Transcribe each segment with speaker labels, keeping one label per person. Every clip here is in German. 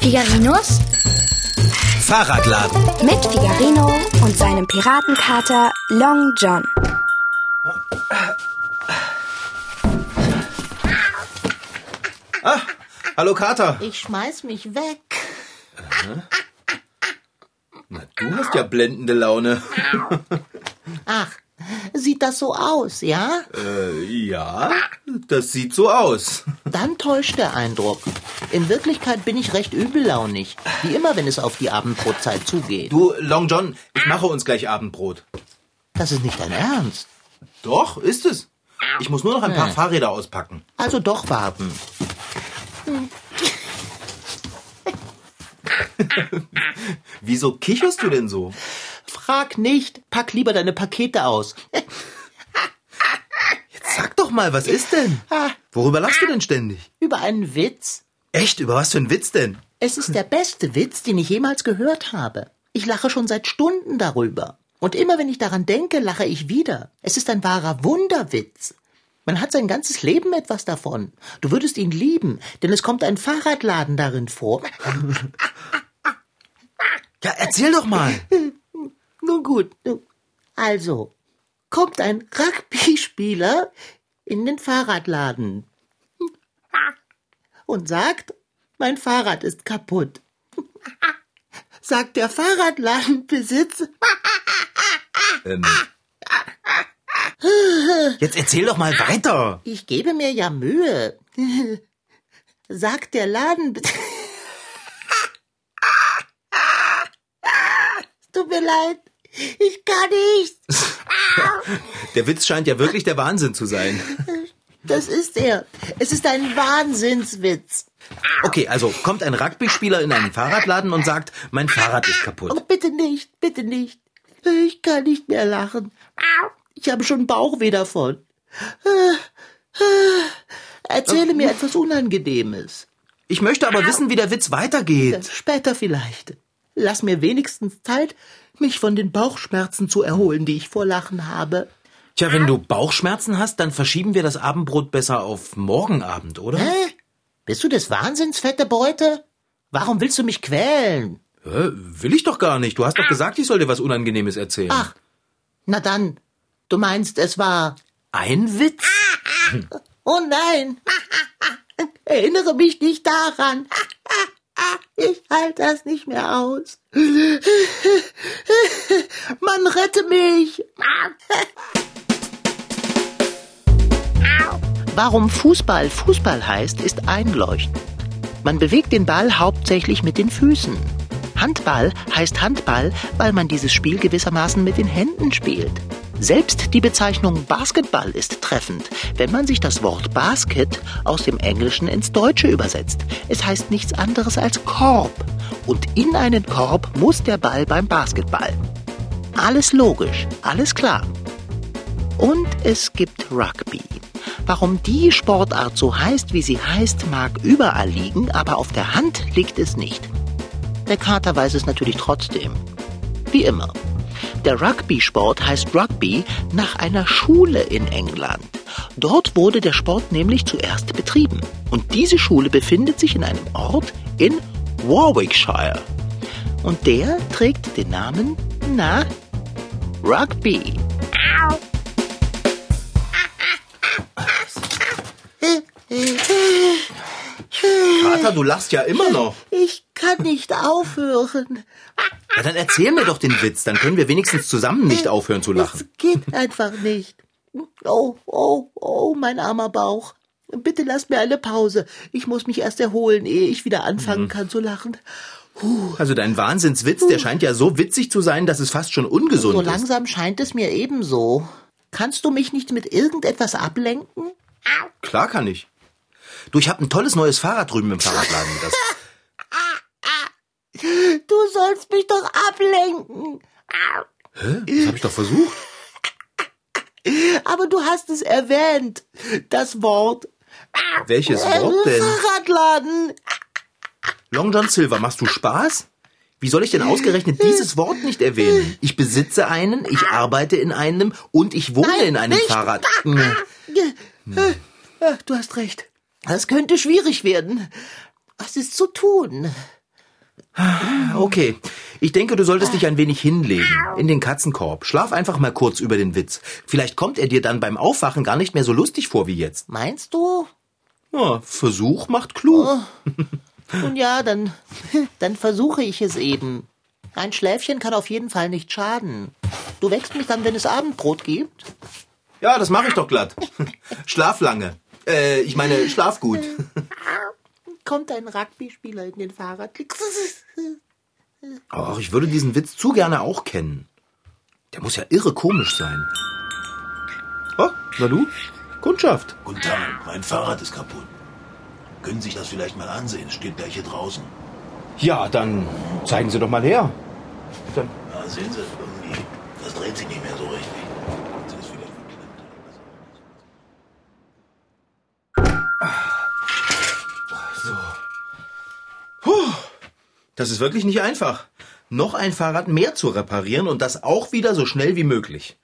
Speaker 1: Figarinos
Speaker 2: Fahrradladen.
Speaker 3: Mit Figarino und seinem Piratenkater Long John.
Speaker 2: Hallo Kater.
Speaker 4: Ich schmeiß mich weg.
Speaker 2: Na, du hast ja blendende Laune.
Speaker 4: Ach, sieht das so aus, ja?
Speaker 2: Äh, ja, das sieht so aus.
Speaker 4: Dann täuscht der Eindruck. In Wirklichkeit bin ich recht übellaunig. Wie immer, wenn es auf die Abendbrotzeit zugeht.
Speaker 2: Du, Long John, ich mache uns gleich Abendbrot.
Speaker 4: Das ist nicht dein Ernst.
Speaker 2: Doch, ist es. Ich muss nur noch ein paar
Speaker 4: Hm.
Speaker 2: Fahrräder auspacken.
Speaker 4: Also doch warten.
Speaker 2: Wieso kicherst du denn so?
Speaker 4: Frag nicht. Pack lieber deine Pakete aus.
Speaker 2: Sag doch mal, was ist denn? Worüber lachst du denn ständig?
Speaker 4: Über einen Witz.
Speaker 2: Echt, über was für ein Witz denn?
Speaker 4: Es ist der beste Witz, den ich jemals gehört habe. Ich lache schon seit Stunden darüber. Und immer wenn ich daran denke, lache ich wieder. Es ist ein wahrer Wunderwitz. Man hat sein ganzes Leben etwas davon. Du würdest ihn lieben, denn es kommt ein Fahrradladen darin vor.
Speaker 2: Ja, erzähl doch mal.
Speaker 4: Nun gut. nun- Also, kommt ein Rugby-Spieler in den Fahrradladen und sagt, mein Fahrrad ist kaputt. Sagt der Fahrradladenbesitzer,
Speaker 2: Ähm. Jetzt erzähl doch mal weiter.
Speaker 4: ich gebe mir ja Mühe. Sagt der Ladenbesitzer. Tut mir leid, ich kann nicht.
Speaker 2: Der Witz scheint ja wirklich der Wahnsinn zu sein.
Speaker 4: Das ist er. Es ist ein Wahnsinnswitz.
Speaker 2: Okay, also kommt ein Rugby-Spieler in einen Fahrradladen und sagt, mein Fahrrad ist
Speaker 4: Oh,
Speaker 2: kaputt.
Speaker 4: bitte nicht, bitte nicht. Ich kann nicht mehr lachen. Ich habe schon Bauchweh davon. Erzähle mir etwas Unangenehmes.
Speaker 2: Ich möchte aber wissen, wie der Witz weitergeht.
Speaker 4: Später vielleicht. Lass mir wenigstens Zeit, mich von den Bauchschmerzen zu erholen, die ich vor Lachen habe.
Speaker 2: Tja, wenn du Bauchschmerzen hast, dann verschieben wir das Abendbrot besser auf morgen Abend, oder?
Speaker 4: Hä? Bist du des Wahnsinns, fette Beute? Warum willst du mich quälen?
Speaker 2: Hä? Will ich doch gar nicht. Du hast doch gesagt, ich soll dir was Unangenehmes erzählen.
Speaker 4: Ach, na dann. Du meinst, es war
Speaker 2: Ein Witz?
Speaker 4: Oh nein! Erinnere mich nicht daran. Ich halte das nicht mehr aus. Mann, rette mich! Warum Fußball Fußball heißt, ist einleuchtend. Man bewegt den Ball hauptsächlich mit den Füßen. Handball heißt Handball, weil man dieses Spiel gewissermaßen mit den Händen spielt. Selbst die Bezeichnung Basketball ist treffend, wenn man sich das Wort Basket aus dem Englischen ins Deutsche übersetzt. Es heißt nichts anderes als Korb. Und in einen Korb muss der Ball beim Basketball. Alles logisch, alles klar. Und es gibt Rugby. Warum die Sportart so heißt, wie sie heißt, mag überall liegen, aber auf der Hand liegt es nicht. Der Kater weiß es natürlich trotzdem. Wie immer. Der Rugby-Sport heißt Rugby nach einer Schule in England. Dort wurde der Sport nämlich zuerst betrieben. Und diese Schule befindet sich in einem Ort in Warwickshire. Und der trägt den Namen, na, Rugby.
Speaker 2: Vater, du lachst ja immer noch.
Speaker 4: Ich kann nicht aufhören.
Speaker 2: Ja, dann erzähl mir doch den Witz. Dann können wir wenigstens zusammen nicht aufhören zu lachen.
Speaker 4: Es geht einfach nicht. Oh, oh, oh, mein armer Bauch. Bitte lass mir eine Pause. Ich muss mich erst erholen, ehe ich wieder
Speaker 2: Mhm.
Speaker 4: anfangen kann zu lachen.
Speaker 2: Also dein Wahnsinnswitz, der scheint ja so witzig zu sein, dass es fast schon ungesund
Speaker 4: So
Speaker 2: ist.
Speaker 4: langsam scheint es mir ebenso. Kannst du mich nicht mit irgendetwas ablenken?
Speaker 2: Klar kann ich. Du, ich habe ein tolles neues Fahrrad drüben im Fahrradladen. Das,
Speaker 4: Du sollst mich doch ablenken.
Speaker 2: das habe ich doch versucht.
Speaker 4: Aber du hast es erwähnt. Das Wort.
Speaker 2: Welches
Speaker 4: Äh,
Speaker 2: Wort denn?
Speaker 4: Fahrradladen.
Speaker 2: Long John Silver, machst du Spaß? Wie soll ich denn ausgerechnet dieses Wort nicht erwähnen? Ich besitze einen, ich arbeite in einem und ich wohne
Speaker 4: Nein,
Speaker 2: in einem
Speaker 4: nicht.
Speaker 2: Fahrrad. Hm.
Speaker 4: Ach, Du hast recht. Das könnte schwierig werden. Was ist zu tun?
Speaker 2: Hm, Okay. Ich denke, du solltest dich ein wenig hinlegen. In den Katzenkorb. Schlaf einfach mal kurz über den Witz. Vielleicht kommt er dir dann beim Aufwachen gar nicht mehr so lustig vor wie jetzt.
Speaker 4: Meinst du?
Speaker 2: Ja, Versuch macht klug.
Speaker 4: Oh. Nun ja, dann, dann versuche ich es eben. Ein Schläfchen kann auf jeden Fall nicht schaden. Du wächst mich dann, wenn es Abendbrot gibt?
Speaker 2: Ja, das mache ich doch glatt. Schlaf lange. Äh, ich meine, schlaf gut.
Speaker 4: Kommt ein Rugby-Spieler in den Fahrradklick.
Speaker 2: Ach, ich würde diesen Witz zu gerne auch kennen. Der muss ja irre komisch sein. Oh, na du? Kundschaft.
Speaker 1: Guten Tag, mein Fahrrad ist kaputt. Können Sie sich das vielleicht mal ansehen? Es steht gleich hier draußen.
Speaker 2: Ja, dann zeigen Sie doch mal her. Dann
Speaker 1: Na, sehen Sie, irgendwie, das dreht sich nicht mehr so richtig. Jetzt ist wieder verklemmt.
Speaker 2: Das ist wirklich nicht einfach. Noch ein Fahrrad mehr zu reparieren und das auch wieder so schnell wie möglich.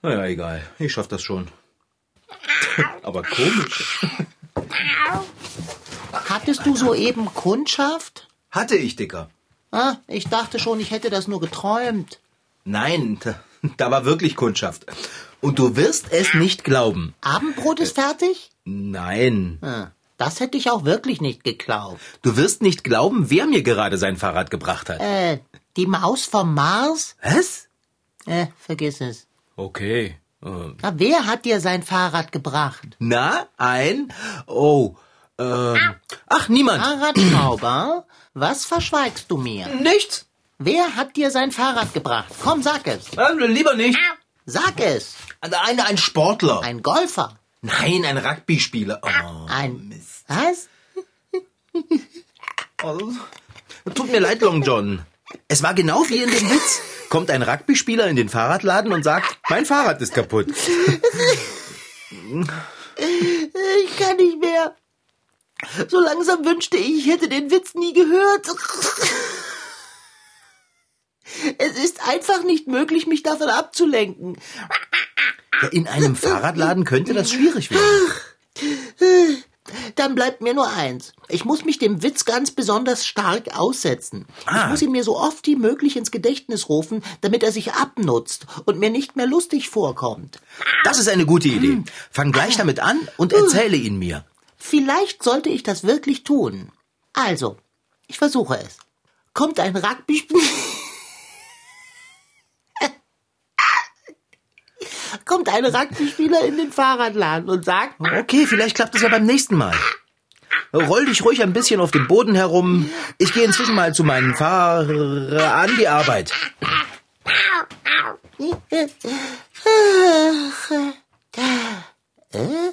Speaker 2: Naja, egal. Ich schaff das schon. Aber komisch.
Speaker 4: Hattest du soeben Kundschaft?
Speaker 2: Hatte ich, Dicker.
Speaker 4: Ah, ich dachte schon, ich hätte das nur geträumt.
Speaker 2: Nein, da- da war wirklich Kundschaft. Und du wirst es nicht glauben.
Speaker 4: Abendbrot ist fertig?
Speaker 2: Nein.
Speaker 4: Ah, Das hätte ich auch wirklich nicht geglaubt.
Speaker 2: Du wirst nicht glauben, wer mir gerade sein Fahrrad gebracht hat.
Speaker 4: Äh, die Maus vom Mars?
Speaker 2: Was?
Speaker 4: Äh, vergiss es.
Speaker 2: Okay. äh,
Speaker 4: Na, wer hat dir sein Fahrrad gebracht?
Speaker 2: Na, ein. Oh. Ähm. Ach, niemand.
Speaker 4: Fahrradschrauber? Was verschweigst du mir?
Speaker 2: Nichts.
Speaker 4: Wer hat dir sein Fahrrad gebracht? Komm, sag es.
Speaker 2: Äh, Lieber nicht.
Speaker 4: Sag es.
Speaker 2: Ein, ein Sportler.
Speaker 4: Ein Golfer.
Speaker 2: Nein, ein Rugby-Spieler. Oh.
Speaker 4: Ein. Mist. Was?
Speaker 2: Oh. Tut mir leid, Long John. Es war genau wie in dem Witz. Kommt ein Rugby-Spieler in den Fahrradladen und sagt, mein Fahrrad ist kaputt.
Speaker 4: Ich kann nicht mehr. So langsam wünschte ich, ich hätte den Witz nie gehört. Es ist einfach nicht möglich, mich davon abzulenken.
Speaker 2: Ja, In einem Fahrradladen könnte das schwierig werden.
Speaker 4: Dann bleibt mir nur eins. Ich muss mich dem Witz ganz besonders stark aussetzen.
Speaker 2: Ah.
Speaker 4: Ich muss ihn mir so oft wie möglich ins Gedächtnis rufen, damit er sich abnutzt und mir nicht mehr lustig vorkommt.
Speaker 2: Das ist eine gute Idee. Fang gleich damit an und erzähle ihn mir.
Speaker 4: Vielleicht sollte ich das wirklich tun. Also, ich versuche es. Kommt ein Rugby... Kommt ein Rugby-Spieler in den Fahrradladen und sagt...
Speaker 2: Okay, vielleicht klappt es ja beim nächsten Mal. Roll dich ruhig ein bisschen auf dem Boden herum. Ich gehe inzwischen mal zu meinen Fahrer an die Arbeit.
Speaker 4: Äh?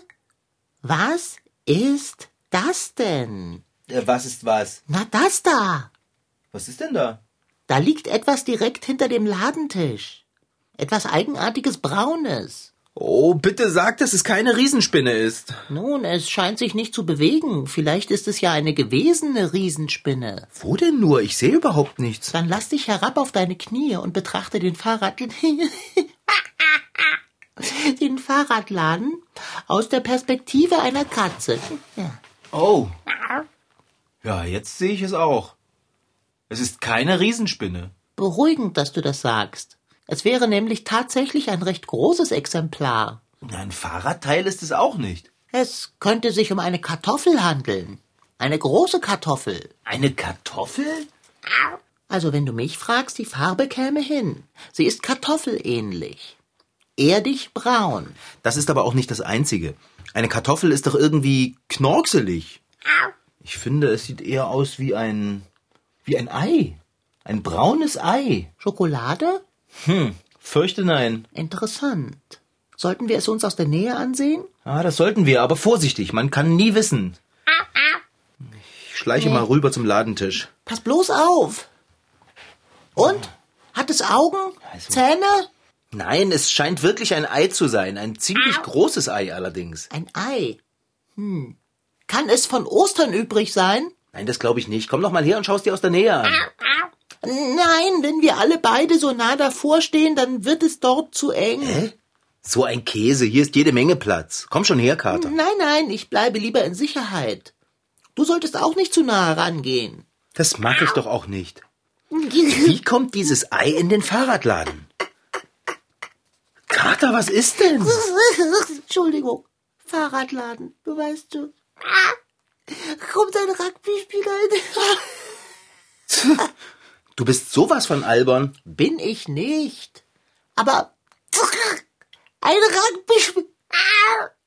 Speaker 4: Was ist das denn?
Speaker 2: Äh, Was ist was?
Speaker 4: Na, das da.
Speaker 2: Was ist denn da?
Speaker 4: Da liegt etwas direkt hinter dem Ladentisch. Etwas eigenartiges Braunes.
Speaker 2: Oh, bitte sag, dass es keine Riesenspinne ist.
Speaker 4: Nun, es scheint sich nicht zu bewegen. Vielleicht ist es ja eine gewesene Riesenspinne.
Speaker 2: Wo denn nur? Ich sehe überhaupt nichts.
Speaker 4: Dann lass dich herab auf deine Knie und betrachte den Fahrrad... den Fahrradladen aus der Perspektive einer Katze. Ja.
Speaker 2: Oh. Ja, jetzt sehe ich es auch. Es ist keine Riesenspinne.
Speaker 4: Beruhigend, dass du das sagst. Es wäre nämlich tatsächlich ein recht großes Exemplar.
Speaker 2: Ein Fahrradteil ist es auch nicht.
Speaker 4: Es könnte sich um eine Kartoffel handeln. Eine große Kartoffel.
Speaker 2: Eine Kartoffel?
Speaker 4: Also wenn du mich fragst, die Farbe käme hin. Sie ist kartoffelähnlich. Erdig braun.
Speaker 2: Das ist aber auch nicht das Einzige. Eine Kartoffel ist doch irgendwie knorkselig. Ich finde, es sieht eher aus wie ein. wie ein Ei. Ein braunes Ei.
Speaker 4: Schokolade?
Speaker 2: Fürchte nein.
Speaker 4: Interessant. Sollten wir es uns aus der Nähe ansehen?
Speaker 2: Ah, das sollten wir, aber vorsichtig, man kann nie wissen. Ich schleiche mal rüber zum Ladentisch.
Speaker 4: Pass bloß auf. Und? Hat es Augen?
Speaker 2: Also-
Speaker 4: Zähne?
Speaker 2: Nein, es scheint wirklich ein Ei zu sein. Ein ziemlich großes Ei allerdings.
Speaker 4: Ein Ei. Hm. Kann es von Ostern übrig sein?
Speaker 2: Nein, das glaube ich nicht. Komm doch mal her und schaust dir aus der Nähe an.
Speaker 4: Nein, wenn wir alle beide so nah davor stehen, dann wird es dort zu eng.
Speaker 2: So ein Käse, hier ist jede Menge Platz. Komm schon her, Kater.
Speaker 4: Nein, nein, ich bleibe lieber in Sicherheit. Du solltest auch nicht zu nah rangehen.
Speaker 2: Das mag ich doch auch nicht. Wie kommt dieses Ei in den Fahrradladen? Kater, was ist denn?
Speaker 5: Entschuldigung, Fahrradladen, du weißt schon. Ah, Kommt ein Rugby-Spieler in den
Speaker 2: Du bist sowas von albern.
Speaker 4: Bin ich nicht.
Speaker 5: Aber ein Rugby-Spieler.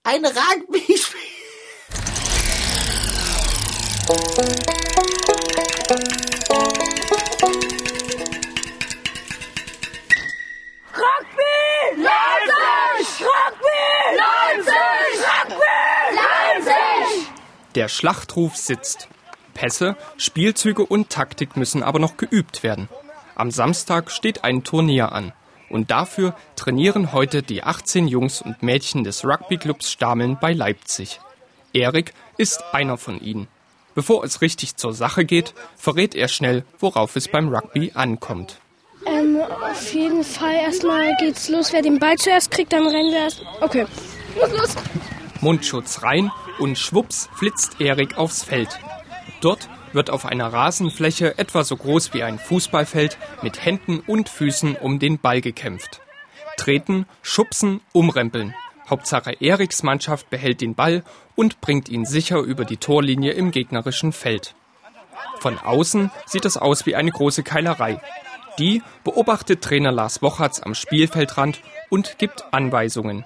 Speaker 5: Ein Rugby-Spieler.
Speaker 6: Der Schlachtruf sitzt. Pässe, Spielzüge und Taktik müssen aber noch geübt werden. Am Samstag steht ein Turnier an. Und dafür trainieren heute die 18 Jungs und Mädchen des Rugbyclubs Stameln bei Leipzig. Erik ist einer von ihnen. Bevor es richtig zur Sache geht, verrät er schnell, worauf es beim Rugby ankommt.
Speaker 7: Ähm, auf jeden Fall erstmal geht's los. Wer den Ball zuerst kriegt, dann rennen wir erst. Okay. Los, los.
Speaker 6: Mundschutz rein und schwupps flitzt Erik aufs Feld. Dort wird auf einer Rasenfläche etwa so groß wie ein Fußballfeld mit Händen und Füßen um den Ball gekämpft. Treten, schubsen, umrempeln. Hauptsache Eriks Mannschaft behält den Ball und bringt ihn sicher über die Torlinie im gegnerischen Feld. Von außen sieht es aus wie eine große Keilerei. Die beobachtet Trainer Lars Wochertz am Spielfeldrand und gibt Anweisungen.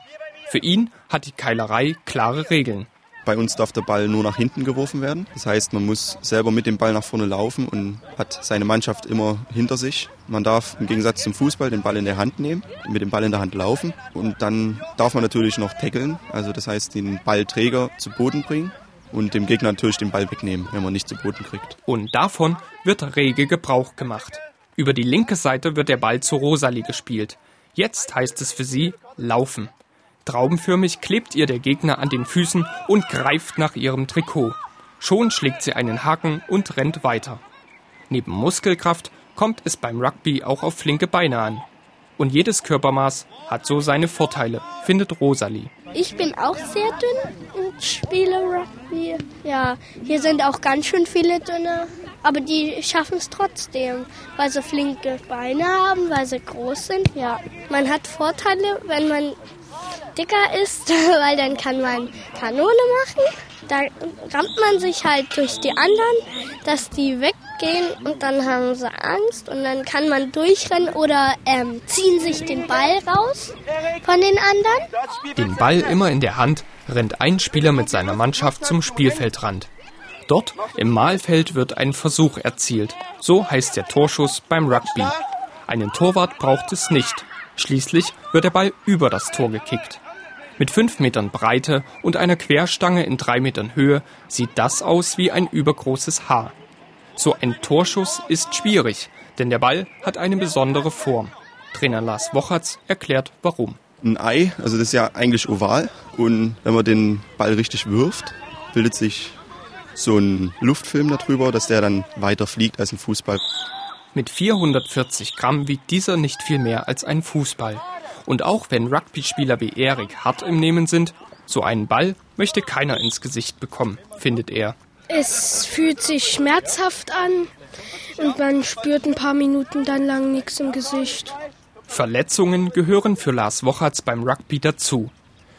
Speaker 6: Für ihn hat die Keilerei klare Regeln.
Speaker 8: Bei uns darf der Ball nur nach hinten geworfen werden. Das heißt, man muss selber mit dem Ball nach vorne laufen und hat seine Mannschaft immer hinter sich. Man darf im Gegensatz zum Fußball den Ball in der Hand nehmen, mit dem Ball in der Hand laufen und dann darf man natürlich noch tackeln, also das heißt den Ballträger zu Boden bringen und dem Gegner natürlich den Ball wegnehmen, wenn man nicht zu Boden kriegt.
Speaker 6: Und davon wird rege Gebrauch gemacht. Über die linke Seite wird der Ball zu Rosalie gespielt. Jetzt heißt es für sie laufen. Traubenförmig klebt ihr der Gegner an den Füßen und greift nach ihrem Trikot. Schon schlägt sie einen Haken und rennt weiter. Neben Muskelkraft kommt es beim Rugby auch auf flinke Beine an. Und jedes Körpermaß hat so seine Vorteile, findet Rosalie.
Speaker 7: Ich bin auch sehr dünn und spiele Rugby. Ja, hier sind auch ganz schön viele dünne. Aber die schaffen es trotzdem, weil sie flinke Beine haben, weil sie groß sind. Ja, man hat Vorteile, wenn man dicker ist, weil dann kann man Kanone machen. Da rammt man sich halt durch die anderen, dass die weggehen und dann haben sie Angst und dann kann man durchrennen oder ähm, ziehen sich den Ball raus von den anderen.
Speaker 6: Den Ball immer in der Hand rennt ein Spieler mit seiner Mannschaft zum Spielfeldrand. Dort im Mahlfeld wird ein Versuch erzielt. So heißt der Torschuss beim Rugby. Einen Torwart braucht es nicht. Schließlich wird der Ball über das Tor gekickt. Mit fünf Metern Breite und einer Querstange in drei Metern Höhe sieht das aus wie ein übergroßes Haar. So ein Torschuss ist schwierig, denn der Ball hat eine besondere Form. Trainer Lars Wochertz erklärt warum.
Speaker 8: Ein Ei, also das ist ja eigentlich oval und wenn man den Ball richtig wirft, bildet sich so ein Luftfilm darüber, dass der dann weiter fliegt als ein Fußball.
Speaker 6: Mit 440 Gramm wiegt dieser nicht viel mehr als ein Fußball. Und auch wenn Rugby-Spieler wie Erik hart im Nehmen sind, so einen Ball möchte keiner ins Gesicht bekommen, findet er.
Speaker 7: Es fühlt sich schmerzhaft an und man spürt ein paar Minuten dann lang nichts im Gesicht.
Speaker 6: Verletzungen gehören für Lars Wochertz beim Rugby dazu.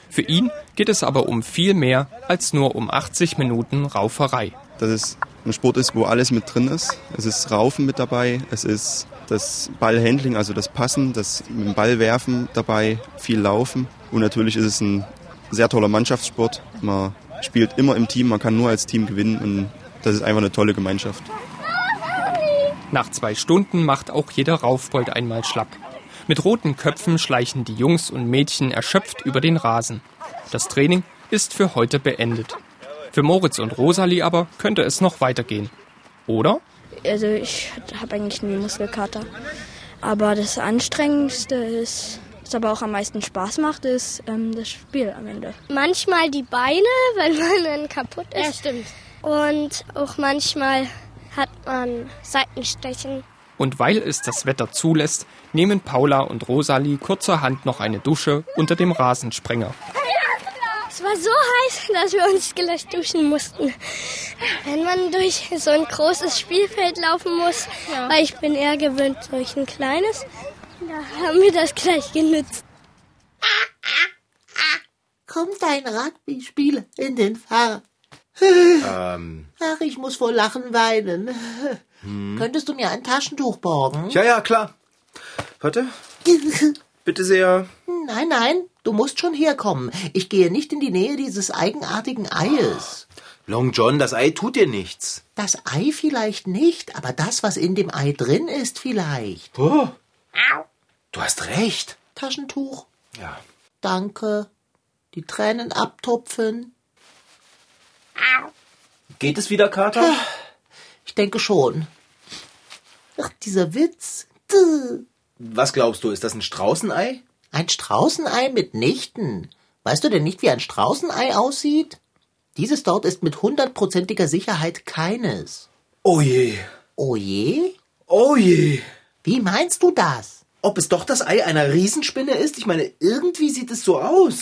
Speaker 6: Für ihn geht es aber um viel mehr als nur um 80 Minuten Rauferei.
Speaker 8: dass es ein Sport ist, wo alles mit drin ist. Es ist Raufen mit dabei, es ist das Ballhandling, also das Passen, das mit dem Ball werfen dabei, viel Laufen. Und natürlich ist es ein sehr toller Mannschaftssport. Man spielt immer im Team, man kann nur als Team gewinnen und das ist einfach eine tolle Gemeinschaft.
Speaker 6: Nach zwei Stunden macht auch jeder Raufbold einmal schlapp. Mit roten Köpfen schleichen die Jungs und Mädchen erschöpft über den Rasen. Das Training ist für heute beendet. Für Moritz und Rosalie aber könnte es noch weitergehen. Oder?
Speaker 7: Also ich habe eigentlich nie Muskelkater. Aber das Anstrengendste ist, was aber auch am meisten Spaß macht, ist ähm, das Spiel am Ende. Manchmal die Beine, wenn man dann kaputt ist. Ja, stimmt. Und auch manchmal hat man Seitenstechen.
Speaker 6: Und weil es das Wetter zulässt, nehmen Paula und Rosalie kurzerhand noch eine Dusche unter dem Rasensprenger.
Speaker 7: Es war so heiß, dass wir uns gleich duschen mussten. Wenn man durch so ein großes Spielfeld laufen muss, weil ich bin eher gewöhnt durch ein kleines, da haben wir das gleich genützt.
Speaker 4: Kommt ein Rugby-Spieler in den Fahrer.
Speaker 2: Ähm,
Speaker 4: Ach, ich muss vor Lachen weinen. Könntest du mir ein Taschentuch borgen?
Speaker 2: ja, ja, klar. Warte, bitte sehr.
Speaker 4: nein, nein, du musst schon herkommen. Ich gehe nicht in die Nähe dieses eigenartigen Eies.
Speaker 2: Long John, das Ei tut dir nichts.
Speaker 4: Das Ei vielleicht nicht, aber das, was in dem Ei drin ist, vielleicht.
Speaker 2: Oh. Du hast recht.
Speaker 4: Taschentuch,
Speaker 2: Ja.
Speaker 4: danke. Die Tränen abtupfen.
Speaker 2: Geht es wieder, Kater?
Speaker 4: Ich denke schon. Ach, dieser Witz. Duh.
Speaker 2: Was glaubst du, ist das ein Straußenei?
Speaker 4: Ein Straußenei mitnichten. Weißt du denn nicht, wie ein Straußenei aussieht? Dieses dort ist mit hundertprozentiger Sicherheit keines.
Speaker 2: Oh je.
Speaker 4: Oh je?
Speaker 2: Oh je.
Speaker 4: Wie meinst du das?
Speaker 2: Ob es doch das Ei einer Riesenspinne ist? Ich meine, irgendwie sieht es so aus.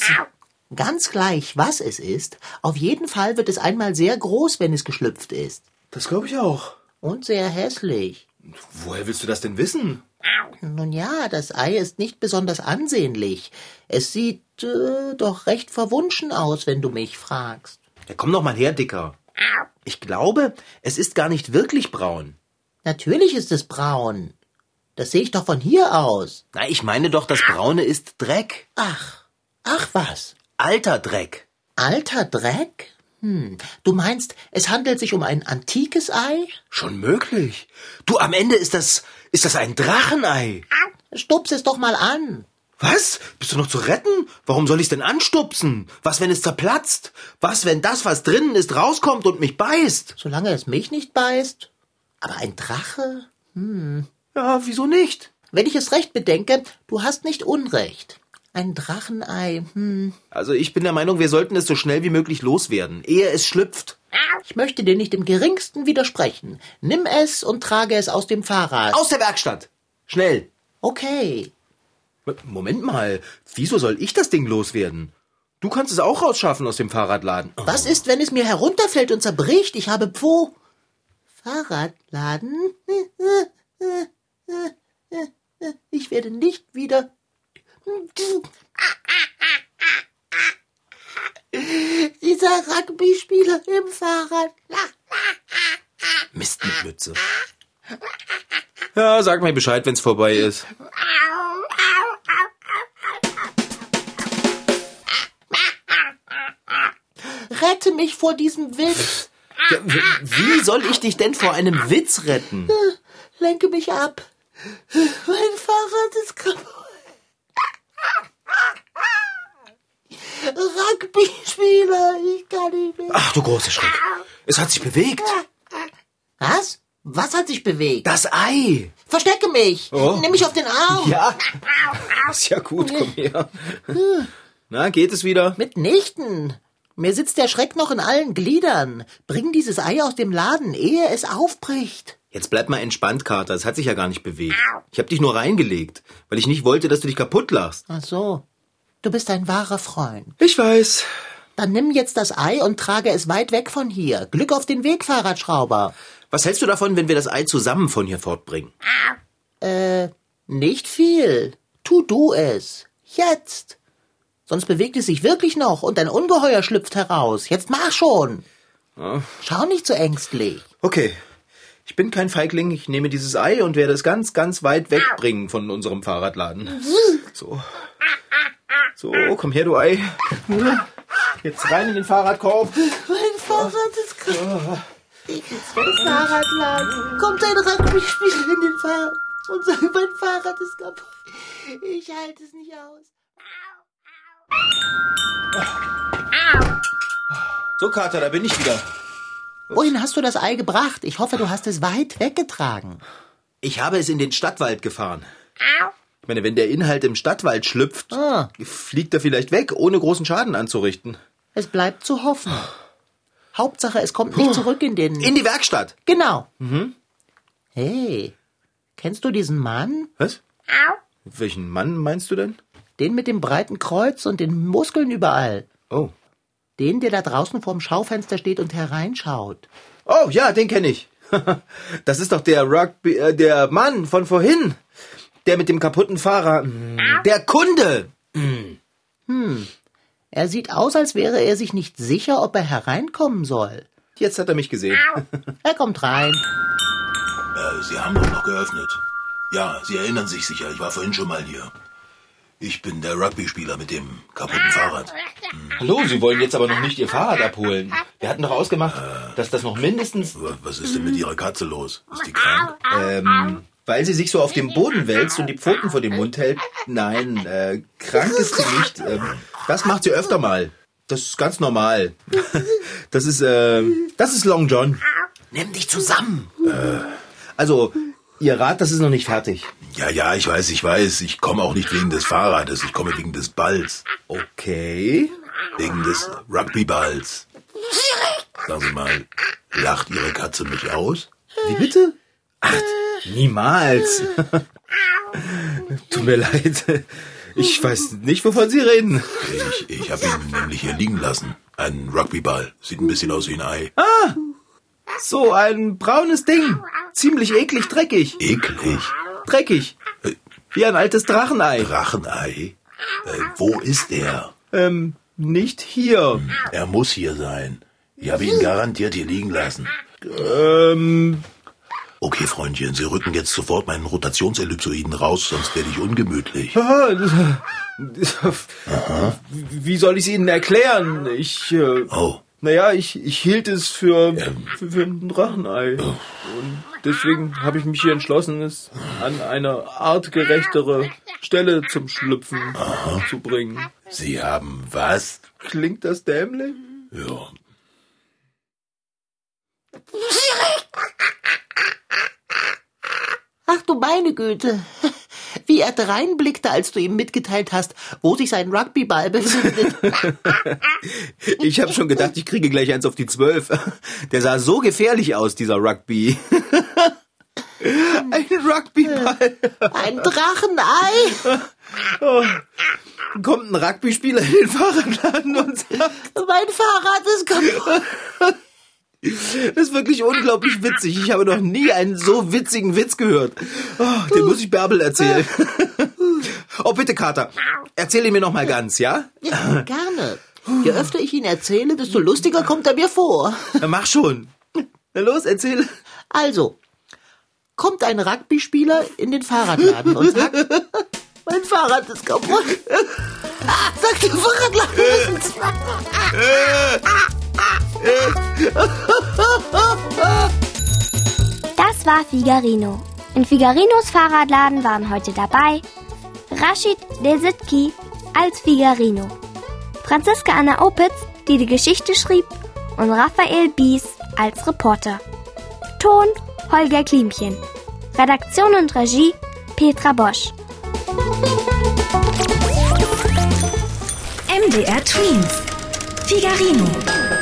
Speaker 4: Ganz gleich, was es ist, auf jeden Fall wird es einmal sehr groß, wenn es geschlüpft ist.
Speaker 2: Das glaube ich auch.
Speaker 4: Und sehr hässlich.
Speaker 2: Woher willst du das denn wissen?
Speaker 4: Nun ja, das Ei ist nicht besonders ansehnlich. Es sieht äh, doch recht verwunschen aus, wenn du mich fragst.
Speaker 2: Ja, komm doch mal her, Dicker. Ich glaube, es ist gar nicht wirklich braun.
Speaker 4: Natürlich ist es braun. Das sehe ich doch von hier aus.
Speaker 2: Na, ich meine doch, das Braune ist Dreck.
Speaker 4: Ach, ach was.
Speaker 2: Alter Dreck.
Speaker 4: Alter Dreck? Hm, du meinst, es handelt sich um ein antikes Ei?
Speaker 2: Schon möglich. Du, am Ende ist das, ist das ein Drachenei.
Speaker 4: Stups es doch mal an.
Speaker 2: Was? Bist du noch zu retten? Warum soll ich's denn anstupsen? Was, wenn es zerplatzt? Was, wenn das, was drinnen ist, rauskommt und mich beißt?
Speaker 4: Solange es mich nicht beißt. Aber ein Drache?
Speaker 2: Ja, wieso nicht?
Speaker 4: Wenn ich es recht bedenke, du hast nicht Unrecht. Ein Drachenei, hm.
Speaker 2: Also ich bin der Meinung, wir sollten es so schnell wie möglich loswerden, ehe es schlüpft.
Speaker 4: Ich möchte dir nicht im geringsten widersprechen. Nimm es und trage es aus dem Fahrrad.
Speaker 2: Aus der Werkstatt. Schnell.
Speaker 4: Okay.
Speaker 2: M- Moment mal, wieso soll ich das Ding loswerden? Du kannst es auch rausschaffen aus dem Fahrradladen. Oh.
Speaker 4: Was ist, wenn es mir herunterfällt und zerbricht? Ich habe Pfo. Fahrradladen? Ich werde nicht wieder. Dieser Rugby-Spieler im Fahrrad.
Speaker 2: Mist mit Mütze. Ja, sag mir Bescheid, wenn's vorbei ist.
Speaker 4: Rette mich vor diesem Witz.
Speaker 2: Ja, w- wie soll ich dich denn vor einem Witz retten?
Speaker 4: Lenke mich ab. Mein Fahrrad ist kaputt. Rugby-Spieler, ich kann nicht mehr.
Speaker 2: Ach du großer Schreck. Es hat sich bewegt.
Speaker 4: Was? Was hat sich bewegt?
Speaker 2: Das Ei.
Speaker 4: Verstecke mich!
Speaker 2: Oh.
Speaker 4: Nimm mich auf den Arm!
Speaker 2: Ja. Ist ja gut, komm her. Na, geht es wieder?
Speaker 4: Mitnichten! Mir sitzt der Schreck noch in allen Gliedern. Bring dieses Ei aus dem Laden, ehe es aufbricht.
Speaker 2: Jetzt bleib mal entspannt, Kater. Es hat sich ja gar nicht bewegt. Ich hab dich nur reingelegt, weil ich nicht wollte, dass du dich kaputt lachst.
Speaker 4: Ach so. Du bist ein wahrer Freund.
Speaker 2: Ich weiß.
Speaker 4: Dann nimm jetzt das Ei und trage es weit weg von hier. Glück auf den Weg, Fahrradschrauber.
Speaker 2: Was hältst du davon, wenn wir das Ei zusammen von hier fortbringen?
Speaker 4: Äh, Nicht viel. Tu du es. Jetzt. Sonst bewegt es sich wirklich noch und ein Ungeheuer schlüpft heraus. Jetzt mach schon. Schau nicht so ängstlich.
Speaker 2: Okay. Ich bin kein Feigling. Ich nehme dieses Ei und werde es ganz, ganz weit wegbringen von unserem Fahrradladen. So. So, komm her, du Ei. Jetzt rein in den Fahrradkorb.
Speaker 4: Mein Fahrrad ist kaputt. Fahrradladen. Kommt ein Rugby-Spieler in den Fahrrad und sagt, mein Fahrrad ist kaputt. Ich halte es nicht aus.
Speaker 2: So, Kater, da bin ich wieder.
Speaker 4: Wohin hast du das Ei gebracht? Ich hoffe, du hast es weit weggetragen.
Speaker 2: Ich habe es in den Stadtwald gefahren. Ich meine, wenn der Inhalt im Stadtwald schlüpft,
Speaker 4: Ah.
Speaker 2: fliegt er vielleicht weg, ohne großen Schaden anzurichten.
Speaker 4: Es bleibt zu hoffen. Hauptsache, es kommt nicht zurück in den...
Speaker 2: In die Werkstatt.
Speaker 4: genau. Hey, kennst du diesen Mann?
Speaker 2: Was? Welchen Mann meinst du denn?
Speaker 4: Den mit dem breiten Kreuz und den Muskeln überall.
Speaker 2: Oh.
Speaker 4: Den, der da draußen vorm Schaufenster steht und hereinschaut.
Speaker 2: Oh ja, den kenne ich. Das ist doch der Rugby, äh, der Mann von vorhin. Der mit dem kaputten Fahrer. Hm, Der Kunde.
Speaker 4: Er sieht aus, als wäre er sich nicht sicher, ob er hereinkommen soll.
Speaker 2: Jetzt hat er mich gesehen.
Speaker 4: Er kommt rein.
Speaker 1: Äh, Sie haben doch noch geöffnet. Ja, Sie erinnern sich sicher, ich war vorhin schon mal hier. Ich bin der Rugby-Spieler mit dem kaputten Fahrrad.
Speaker 2: Hallo, Sie wollen jetzt aber noch nicht Ihr Fahrrad abholen. Wir hatten doch ausgemacht, dass das noch mindestens,
Speaker 1: Wa- Was ist denn mit Ihrer Katze los? Ist die krank?
Speaker 2: ähm, weil sie sich so auf dem Boden wälzt und die Pfoten vor dem Mund hält. Nein, äh, krank ist sie nicht. Ähm, das macht sie öfter mal. Das ist ganz normal. Das ist, äh, das ist Long John.
Speaker 4: Nimm dich zusammen.
Speaker 2: Also, Ihr Rad, das ist noch nicht fertig.
Speaker 1: Ja, ja, ich weiß, ich weiß. Ich komme auch nicht wegen des Fahrrades, ich komme wegen des Balls. Oh,
Speaker 2: Okay.
Speaker 1: Wegen des Rugby-Balls. Sagen Sie mal, lacht Ihre Katze mich aus?
Speaker 2: Wie bitte? Ach, niemals. Tut mir leid. Ich weiß nicht, wovon Sie reden.
Speaker 1: Ich, ich habe ihn nämlich hier liegen lassen. Ein Rugbyball. Sieht ein bisschen aus wie ein Ei.
Speaker 2: So ein braunes Ding. Ziemlich eklig dreckig.
Speaker 1: Eklig.
Speaker 2: Dreckig. Wie ein altes Drachenei.
Speaker 1: Drachenei? Äh, wo ist er?
Speaker 2: Ähm, nicht hier.
Speaker 1: Er muss hier sein. Ich habe ihn garantiert hier liegen lassen.
Speaker 2: Ähm,
Speaker 1: Okay, Freundchen, Sie rücken jetzt sofort meinen Rotationsellipsoiden raus, sonst werde ich ungemütlich.
Speaker 2: ah, wie soll ich es Ihnen erklären? Ich, äh,
Speaker 1: Oh,
Speaker 2: naja, ich, ich hielt es für, für, für ein Drachenei. Und deswegen habe ich mich hier entschlossen, es an eine artgerechtere Stelle zum Schlüpfen zu bringen.
Speaker 1: Sie haben was?
Speaker 2: Klingt das dämlich?
Speaker 1: Ja.
Speaker 4: Ach du meine Güte. Wie er dreinblickte, als du ihm mitgeteilt hast, wo sich sein Rugbyball befindet.
Speaker 2: Ich habe schon gedacht, ich kriege gleich eins auf die Zwölf. Der sah so gefährlich aus, dieser Rugby. Ein Rugbyball.
Speaker 4: Ein Drachenei.
Speaker 2: Kommt ein Rugby-Spieler in den Fahrradladen und sagt,
Speaker 4: Mein Fahrrad ist kaputt.
Speaker 2: das ist wirklich unglaublich witzig. Ich habe noch nie einen so witzigen Witz gehört. Oh, den muss ich Bärbel erzählen. Oh, bitte, Kater, erzähl ihn mir noch mal ganz, ja?
Speaker 4: Ja, gerne. Je öfter ich ihn erzähle, desto lustiger kommt er mir vor.
Speaker 2: Na, mach schon. Na los, erzähl.
Speaker 4: Also, kommt ein Rugby-Spieler in den Fahrradladen und sagt, mein Fahrrad ist kaputt. Ah, sagt der Fahrradladen, das ist ein Zwa-
Speaker 9: Das war Figarino. In Figarinos Fahrradladen waren heute dabei Rashid Desitki als Figarino, Franziska Anna Opitz, die die Geschichte schrieb, und Raphael Bies als Reporter. Ton Holger Klimchen. Redaktion und Regie Petra Bosch.
Speaker 10: MDR Twins. Figarino.